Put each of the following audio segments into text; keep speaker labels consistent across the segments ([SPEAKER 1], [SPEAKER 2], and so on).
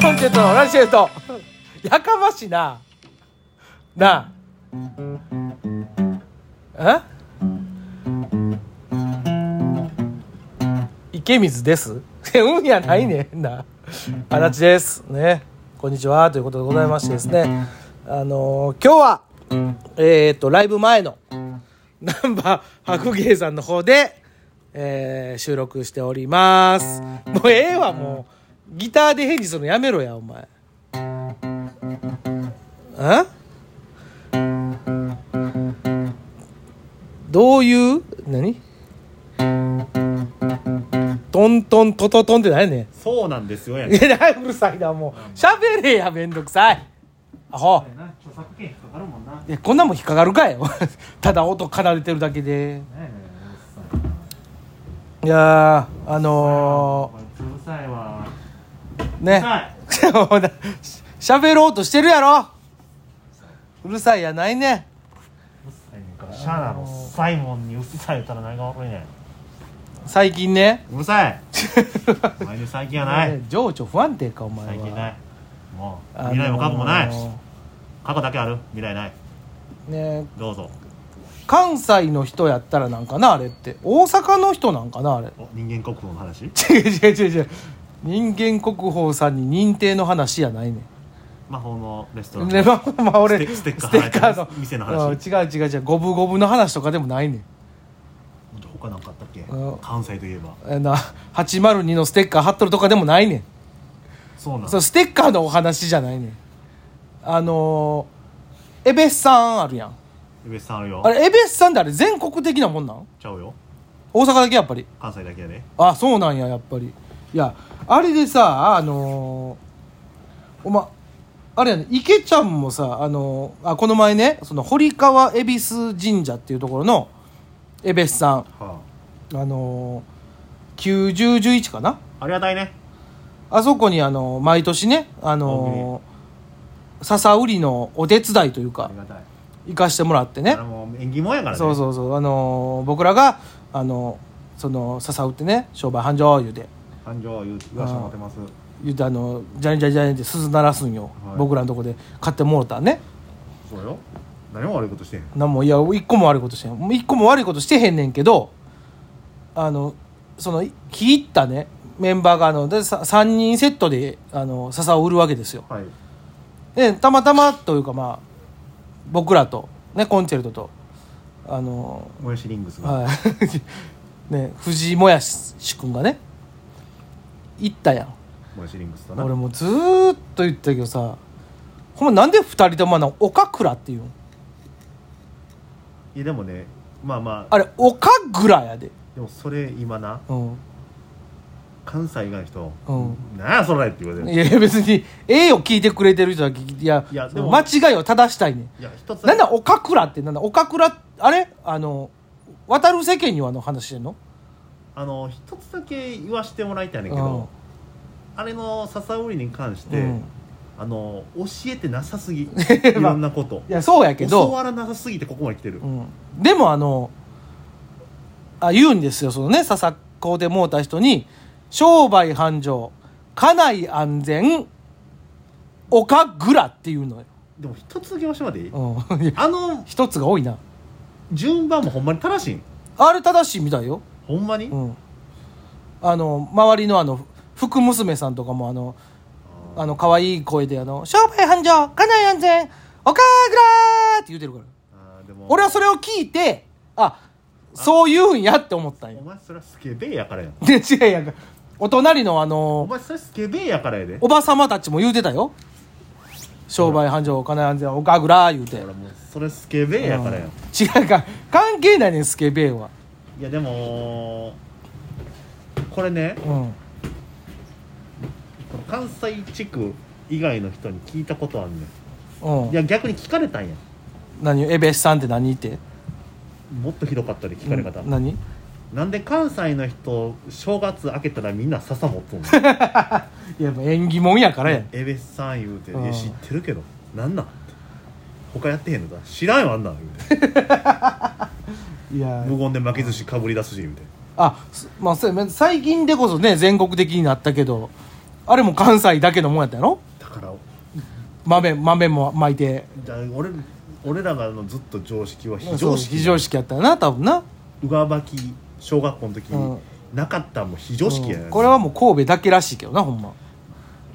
[SPEAKER 1] コンテンツのラジシェルトやかましいななあえ池水ですうんやないねんな足立ですねこんにちはということでございましてですねあのー今日はえっ、とライブ前のナンバー白芸さんの方で、えー収録しております。もうええわ、もう。ギターで返事するのやめろや、お前。んどういう何トントントトトンって何やねん。
[SPEAKER 2] そうなんですよ や
[SPEAKER 1] いや、うるさいな、もう。喋れや、めんどくさい。アホ。
[SPEAKER 2] 著作権引っかかるもんない
[SPEAKER 1] やこんなんも引っかかるかい。 ただ音奏でてるだけで。いやー、あの
[SPEAKER 2] うるさいわ
[SPEAKER 1] ー、ね。 ほらししゃべろうとしてるやろうるさいやないね
[SPEAKER 2] シャナのサイモンにうるさい言ったら何が悪いねん
[SPEAKER 1] 最近ね
[SPEAKER 2] うるさいお前に最近はない
[SPEAKER 1] 情緒不安定かお前は
[SPEAKER 2] 最近ないもう
[SPEAKER 1] あのー
[SPEAKER 2] 未来も過去もない過去だけある未来ない
[SPEAKER 1] ね
[SPEAKER 2] どうぞ
[SPEAKER 1] 関西の人やったらなんかなあれって大阪の人なんかなあれ
[SPEAKER 2] お人間国宝の話
[SPEAKER 1] 違う違う違う違う人間国宝さんに認定の話やないねん
[SPEAKER 2] 魔法のレストラン
[SPEAKER 1] ねまあまあ俺
[SPEAKER 2] ステッカー
[SPEAKER 1] の
[SPEAKER 2] 店の話
[SPEAKER 1] うん違う違う違う五分五分の話とかでもないねん
[SPEAKER 2] 他なんかあったっけ
[SPEAKER 1] うん
[SPEAKER 2] 関西といえば
[SPEAKER 1] あの802のステッカー貼っとるとかでもないねん
[SPEAKER 2] そうなん
[SPEAKER 1] そうステッカーのお話じゃないねんあのー、エベスさんあるやん
[SPEAKER 2] 上さんあるよ
[SPEAKER 1] あれエベスさんってあれ全国的なもんなん
[SPEAKER 2] ちゃうよ
[SPEAKER 1] 大阪だけやっぱり
[SPEAKER 2] 関西だけやで
[SPEAKER 1] あそうなんややっぱりいやあれでさあのー、おまあれやね池ちゃんもさあのーあこの前ねその堀川恵比寿神社っていうところのエベスさん
[SPEAKER 2] は
[SPEAKER 1] あのー、9011かな
[SPEAKER 2] あありがたいね
[SPEAKER 1] あそこにあの毎年ねあの笹売りのお手伝いという
[SPEAKER 2] あ
[SPEAKER 1] か
[SPEAKER 2] りがたい
[SPEAKER 1] 行かしてもらってね
[SPEAKER 2] あれもう縁起もんやからね
[SPEAKER 1] そうそうそうあの僕らがあのその笹売ってね商売繁盛言うて
[SPEAKER 2] 感情を言う言わしてもらってます
[SPEAKER 1] 言うてあのジャリジャリジャリって鈴鳴らすんよ、
[SPEAKER 2] はい
[SPEAKER 1] 僕らのとこで買ってもろたね
[SPEAKER 2] そうよ何も悪いことしてへん
[SPEAKER 1] なんもいや一個も悪いことしてへんもう一個も悪いことしてへんねんけどあのその気いったねメンバーがあのでさ3人セットであの笹を売るわけですよ
[SPEAKER 2] はい
[SPEAKER 1] でたまたまというかまあ僕らとねコンチェルトとあの
[SPEAKER 2] もやしリングスが
[SPEAKER 1] はい、 ね、藤井もやし君がね行ったやん
[SPEAKER 2] もやしリングスとな
[SPEAKER 1] 俺もうずーっと言ってたけどさほんまなんで2人ともあの「おかくら」っていうん
[SPEAKER 2] いやでもねまあまあ
[SPEAKER 1] あれ「おかぐら」やで
[SPEAKER 2] でもそれ今な
[SPEAKER 1] うん
[SPEAKER 2] 関西以外の人
[SPEAKER 1] うん
[SPEAKER 2] なんやそれって言われ
[SPEAKER 1] い
[SPEAKER 2] る
[SPEAKER 1] や別に「ええ」を聞いてくれてる人は聞きいや
[SPEAKER 2] いやでも
[SPEAKER 1] 間違いを正したいねん
[SPEAKER 2] いや一つ
[SPEAKER 1] なんだ「おかくら」ってなんだ「おかくら」あれあの渡る世間にはの話してんの
[SPEAKER 2] あの一つだけ言わしてもらいたいねんだけどあれの笹売りに関し
[SPEAKER 1] う
[SPEAKER 2] て
[SPEAKER 1] ん
[SPEAKER 2] あの教えてなさ すぎいろんなこと
[SPEAKER 1] いやそうやけど
[SPEAKER 2] 教わらなさすぎてここまで来てる
[SPEAKER 1] うん、でもあのあ言うんですよそのね笹子でもうた人に「商売繁盛家内安全おかぐら」っていうのよ、
[SPEAKER 2] でも一つだけ言わしてもらっていい
[SPEAKER 1] うん、いや
[SPEAKER 2] あの
[SPEAKER 1] 一つが多いな
[SPEAKER 2] 順番もほんまに正しいん
[SPEAKER 1] あれ正しいみたいよ、
[SPEAKER 2] ほんまに
[SPEAKER 1] うん、あの周りのあの福娘さんとかもあのあの可愛い声であの「商売繁盛家内安全おかぐら」って言うてるから
[SPEAKER 2] あーでも
[SPEAKER 1] 俺はそれを聞いてあそう言うんやって思ったんよ
[SPEAKER 2] お前それはスケベやからやん
[SPEAKER 1] で違うやんかお隣のあ
[SPEAKER 2] お
[SPEAKER 1] の
[SPEAKER 2] 前それスケベやからやで
[SPEAKER 1] おばさまたちも言うてたよ商売繁盛お金安全おかぐら言うて
[SPEAKER 2] 俺もうそれスケベやからやん
[SPEAKER 1] 違うか関係ないねんスケベは、
[SPEAKER 2] いやでもこれね
[SPEAKER 1] うん、
[SPEAKER 2] 関西地区以外の人に聞いたことあんね
[SPEAKER 1] うんん
[SPEAKER 2] いや逆に聞かれたんや
[SPEAKER 1] 何エベスさんって何って
[SPEAKER 2] もっとひどかったで聞かれ方、
[SPEAKER 1] うん何
[SPEAKER 2] なんで関西の人正月明けたらみんな笹持つんの
[SPEAKER 1] いやもう縁起もんやからやん
[SPEAKER 2] えべっさん言うて「い
[SPEAKER 1] うん
[SPEAKER 2] や知ってるけどなんなん?」って他やってへんのだ知らんよあんなん言うて
[SPEAKER 1] いや
[SPEAKER 2] 無言で巻き寿司かぶり出すし言うて
[SPEAKER 1] あ、すまあ、そうや最近でこそね全国的になったけどあれも関西だけのもんやったやろ
[SPEAKER 2] だから
[SPEAKER 1] 豆豆も巻いて
[SPEAKER 2] だ俺俺らがのずっと常識は非
[SPEAKER 1] そう
[SPEAKER 2] 常識
[SPEAKER 1] 非常識やったよな多分な、
[SPEAKER 2] 上履き小学校の時、
[SPEAKER 1] うん
[SPEAKER 2] なかったもん非常識やな、
[SPEAKER 1] うんこれはもう神戸だけらしいけどなほんま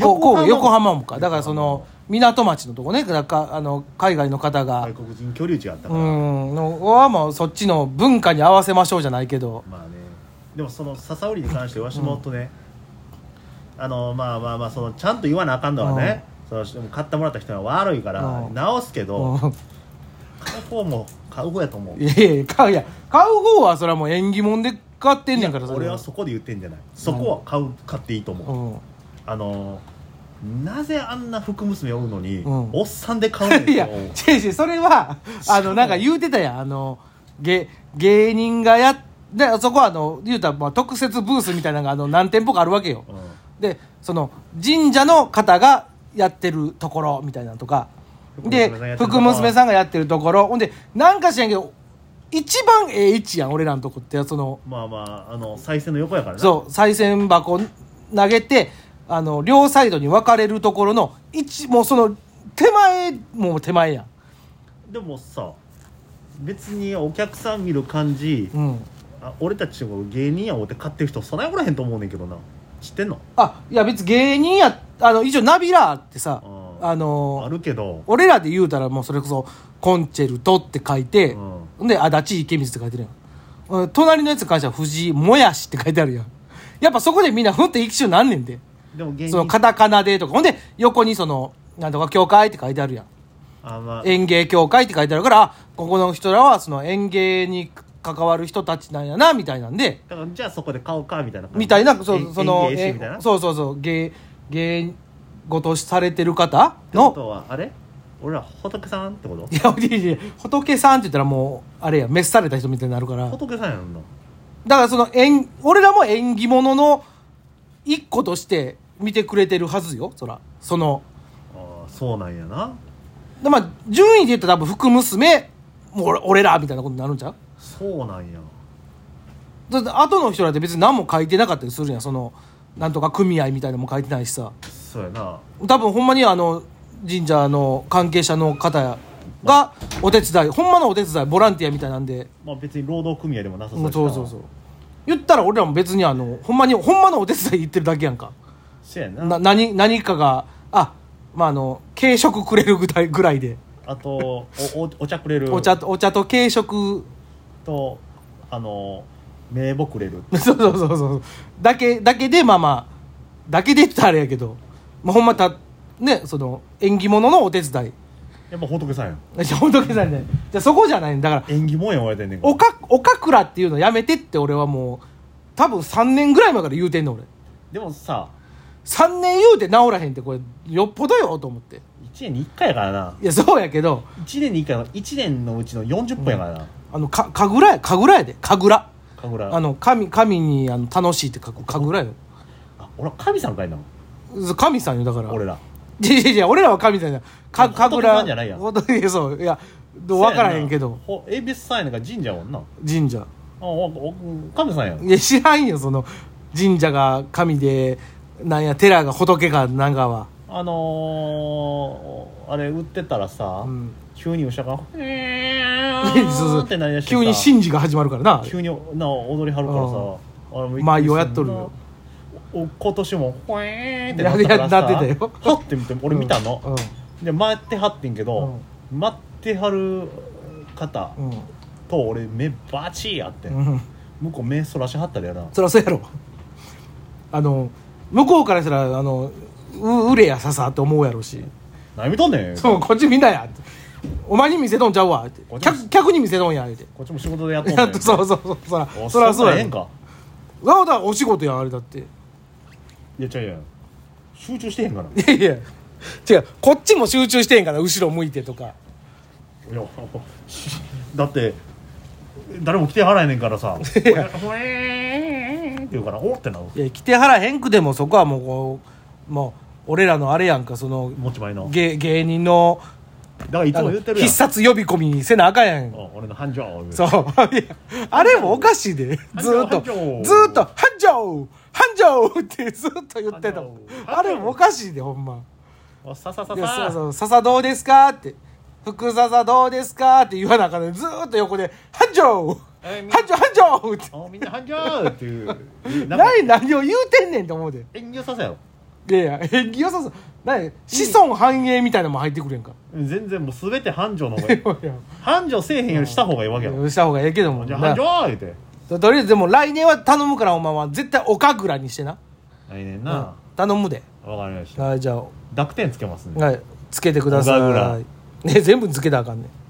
[SPEAKER 1] こう神戸横浜もかだからその港町のとこねだからあの海外の方が、
[SPEAKER 2] 外国人居留地があった
[SPEAKER 1] う
[SPEAKER 2] から、
[SPEAKER 1] んのはもうそっちの文化に合わせましょうじゃないけど
[SPEAKER 2] まあねでもその笹織に関してわしもとね、あのまあまあまあそのちゃんと言わなあかんのはね、その買ってもらった人が悪いから、
[SPEAKER 1] うん
[SPEAKER 2] 直すけど、
[SPEAKER 1] うん
[SPEAKER 2] 買う方も買う方やと思う
[SPEAKER 1] いやいや買ういや買う方はそれはもう縁起物で買ってんねんからそれ
[SPEAKER 2] 俺はそこで言ってんじゃないそこは買う、買っていいと思う、あのなぜあんな福娘を追うのに、
[SPEAKER 1] うん
[SPEAKER 2] おっさんで買う
[SPEAKER 1] う
[SPEAKER 2] ねん
[SPEAKER 1] ん、い や
[SPEAKER 2] と
[SPEAKER 1] 違う違うそれはあのなんか言うてたやんあの芸芸人がやっでそこはあの言うたらまあ特設ブースみたいなのがあの何店舗かあるわけよ
[SPEAKER 2] 思う、うん
[SPEAKER 1] でその神社の方がやってるところみたいなのとかで
[SPEAKER 2] 福
[SPEAKER 1] 福
[SPEAKER 2] 娘
[SPEAKER 1] 娘
[SPEAKER 2] さ
[SPEAKER 1] さんがやってるところほんでなんか知らんけど一番ええ位置やん俺らのとこってその
[SPEAKER 2] まあまああの再生の横やからな
[SPEAKER 1] そう賽銭箱投げてあの両サイドに分かれるところの一もうその手前もう手前やん
[SPEAKER 2] でもさ別にお客さん見る感じ、
[SPEAKER 1] うん
[SPEAKER 2] あ俺たちも芸人や思って買ってる人そないおらへんと思うねんけどな知ってんの
[SPEAKER 1] あいや別に芸人やあの一応ナビラーってさ
[SPEAKER 2] うん
[SPEAKER 1] あ
[SPEAKER 2] あ
[SPEAKER 1] の
[SPEAKER 2] るけど、
[SPEAKER 1] 俺らで言うたらもうそれこそ「コンチェルト」って書いて、
[SPEAKER 2] うん
[SPEAKER 1] ほん、で足立池水って書いてるやんうん隣のやつに関しては藤井もやしって書いてあるやんやっぱそこでみんなふんって息中なんねんで
[SPEAKER 2] でも芸人
[SPEAKER 1] そのカタカナでとかほんで横にそのなんとか教会って書いてあるやん
[SPEAKER 2] あまあ
[SPEAKER 1] 園芸協会って書いてあるからあここの人らはその園芸に関わる人たちなんやなみたいなんで
[SPEAKER 2] だからじゃあそこで買おうかみたいな感じ
[SPEAKER 1] みたいなそ
[SPEAKER 2] え
[SPEAKER 1] その
[SPEAKER 2] 演芸師みたいな
[SPEAKER 1] え
[SPEAKER 2] う
[SPEAKER 1] そうそうそう芸芸ごとされてる方
[SPEAKER 2] こ
[SPEAKER 1] の
[SPEAKER 2] とはあれ俺ら仏さんってこと
[SPEAKER 1] いやいやいや仏さんって言ったらもうあれや滅された人みたいになるからだか
[SPEAKER 2] 仏さんやんの
[SPEAKER 1] らその縁俺らも縁起物の一個として見てくれてるはずよそらその
[SPEAKER 2] ああそうなんやな
[SPEAKER 1] でまあ順位で言ったら多分福娘もう俺俺らみたいなことになるんちゃう
[SPEAKER 2] そうなんや
[SPEAKER 1] だって後の人らって別に何も書いてなかったりするやんそのなんとか組合みたいなのも書いてないしさ
[SPEAKER 2] そうやな
[SPEAKER 1] 多分ほんまにあの神社の関係者の方がお手伝いほんまのお手伝いボランティアみたいなんで
[SPEAKER 2] まあ別に労働組合でもなさ
[SPEAKER 1] そ
[SPEAKER 2] そうう
[SPEAKER 1] そうそう言ったら俺らも別にあのほんまにほんまのお手伝い行ってるだけやんか
[SPEAKER 2] そうやな
[SPEAKER 1] な何何かがあまああの軽食くれるぐらいぐらいで
[SPEAKER 2] あとおおお茶くれる
[SPEAKER 1] お茶とお茶と軽食
[SPEAKER 2] とあの名簿くれる
[SPEAKER 1] そうそうそうそうだけだけでまあまあだけで言ったらあれやけど、まあ、ほんまたねその縁起物のお手伝い
[SPEAKER 2] やっぱ仏さんやん
[SPEAKER 1] じゃあ仏さんじゃないじゃあそこじゃないんだから
[SPEAKER 2] 縁起もんや言われてんねんから
[SPEAKER 1] おかおかくらっていうのやめてって俺はもう多分3年ぐらい前から言うてんの俺
[SPEAKER 2] でもさ
[SPEAKER 1] 3年言うて治らへんってこれよっぽどよと思って
[SPEAKER 2] 1年に1回やからない
[SPEAKER 1] やそうやけど
[SPEAKER 2] 1年に1回の1年のうちの40分やからな
[SPEAKER 1] あのか神楽や神楽やで神楽
[SPEAKER 2] 神楽
[SPEAKER 1] あの神神にあの楽しいって書く神楽
[SPEAKER 2] あ俺は神さんかいな
[SPEAKER 1] よ神さんよだから
[SPEAKER 2] 俺ら
[SPEAKER 1] いやいやいや俺らは神さんじゃないか
[SPEAKER 2] 仏さん
[SPEAKER 1] 神楽
[SPEAKER 2] じゃないやん
[SPEAKER 1] 仏いやそういやどう分からへんけど
[SPEAKER 2] そうやなほ恵比寿さんやねんから神社やもんな
[SPEAKER 1] 神社
[SPEAKER 2] あおお神さんやん
[SPEAKER 1] いや知らんよその神社が神でなんや寺が仏かなんかは
[SPEAKER 2] あのー、あれ売ってたらさ、
[SPEAKER 1] うん
[SPEAKER 2] 急に牛が「え
[SPEAKER 1] そう
[SPEAKER 2] ー
[SPEAKER 1] そ
[SPEAKER 2] ん」ってなりだ
[SPEAKER 1] う
[SPEAKER 2] してさ
[SPEAKER 1] 急に神事が始まるからな
[SPEAKER 2] 急にな踊りはるからさあれもびくりするな
[SPEAKER 1] 毎夜やっとるよ
[SPEAKER 2] お今年も「ほえーん」って
[SPEAKER 1] や
[SPEAKER 2] なったからさ
[SPEAKER 1] やなってたよ
[SPEAKER 2] はって見て俺見たの、
[SPEAKER 1] うん
[SPEAKER 2] で待ってはってんけど、待ってはる方
[SPEAKER 1] うん
[SPEAKER 2] と俺目バチーやってん、
[SPEAKER 1] うんうん
[SPEAKER 2] 向こう目そらしはったりやな
[SPEAKER 1] そりゃそうやろあの向こうからしたらあのう売れやささって思うやろし
[SPEAKER 2] 何見とんねん
[SPEAKER 1] そうこっち見んなやってお前に見せとんちゃうわって
[SPEAKER 2] こっち
[SPEAKER 1] 客客に見せとんや言うて
[SPEAKER 2] こっちも仕事でやっとんね
[SPEAKER 1] やっ
[SPEAKER 2] ん
[SPEAKER 1] とそうそうそうそら
[SPEAKER 2] お
[SPEAKER 1] そらそう
[SPEAKER 2] なんええ
[SPEAKER 1] や
[SPEAKER 2] ん
[SPEAKER 1] ろ
[SPEAKER 2] か
[SPEAKER 1] なおだお仕事やんあれだってい
[SPEAKER 2] いや違う違う集中してへんから
[SPEAKER 1] やいや違うこっちも集中してんから後ろ向いてとか
[SPEAKER 2] いや しだって誰も来てはらへんねんか らさ「ほえほえーん」って言うから「おっ!」てなる
[SPEAKER 1] いや来てはらへんくでもそこはもうこうもう俺らのあれやんかその
[SPEAKER 2] 持ち前の
[SPEAKER 1] 芸芸人の
[SPEAKER 2] だからいつ
[SPEAKER 1] あ
[SPEAKER 2] も
[SPEAKER 1] の
[SPEAKER 2] 言ってるや
[SPEAKER 1] 必
[SPEAKER 2] ん
[SPEAKER 1] 殺呼び込みせなあかんやん
[SPEAKER 2] お俺の繁盛言うて
[SPEAKER 1] そういやあれもおかしいでずーっと
[SPEAKER 2] 繁盛
[SPEAKER 1] ずーっと「繁盛繁盛!」ってずーっと言ってたもん
[SPEAKER 2] 繁盛
[SPEAKER 1] あれもおかしいでほんま
[SPEAKER 2] おさささ
[SPEAKER 1] いやそう
[SPEAKER 2] さ
[SPEAKER 1] そう「笹どうですか?」って「福笹どうですか?」って言わなあかんのにずーっと横で「繁盛
[SPEAKER 2] えみ
[SPEAKER 1] 繁盛繁盛!」って
[SPEAKER 2] おみんな繁盛っていうなんか
[SPEAKER 1] 何何を言うてんねんと思うで
[SPEAKER 2] 遠慮させやろ
[SPEAKER 1] いやいや縁起良さそう何子孫繁栄みたいなのも入ってくるやんか
[SPEAKER 2] 全然もう全て繁盛の方がいい
[SPEAKER 1] いや
[SPEAKER 2] 繁盛せえへんよりした方がいいわけやろ
[SPEAKER 1] した方がええけども
[SPEAKER 2] じゃあ
[SPEAKER 1] な
[SPEAKER 2] 繁盛言うて
[SPEAKER 1] ととりあえずでも来年は頼むからお前は絶対おかぐらにしてな
[SPEAKER 2] 来年な
[SPEAKER 1] 頼むで
[SPEAKER 2] わかりました
[SPEAKER 1] はいじゃあ
[SPEAKER 2] 濁点つけますね
[SPEAKER 1] はいつけてください
[SPEAKER 2] おかぐら
[SPEAKER 1] ね全部つけたらあかんねん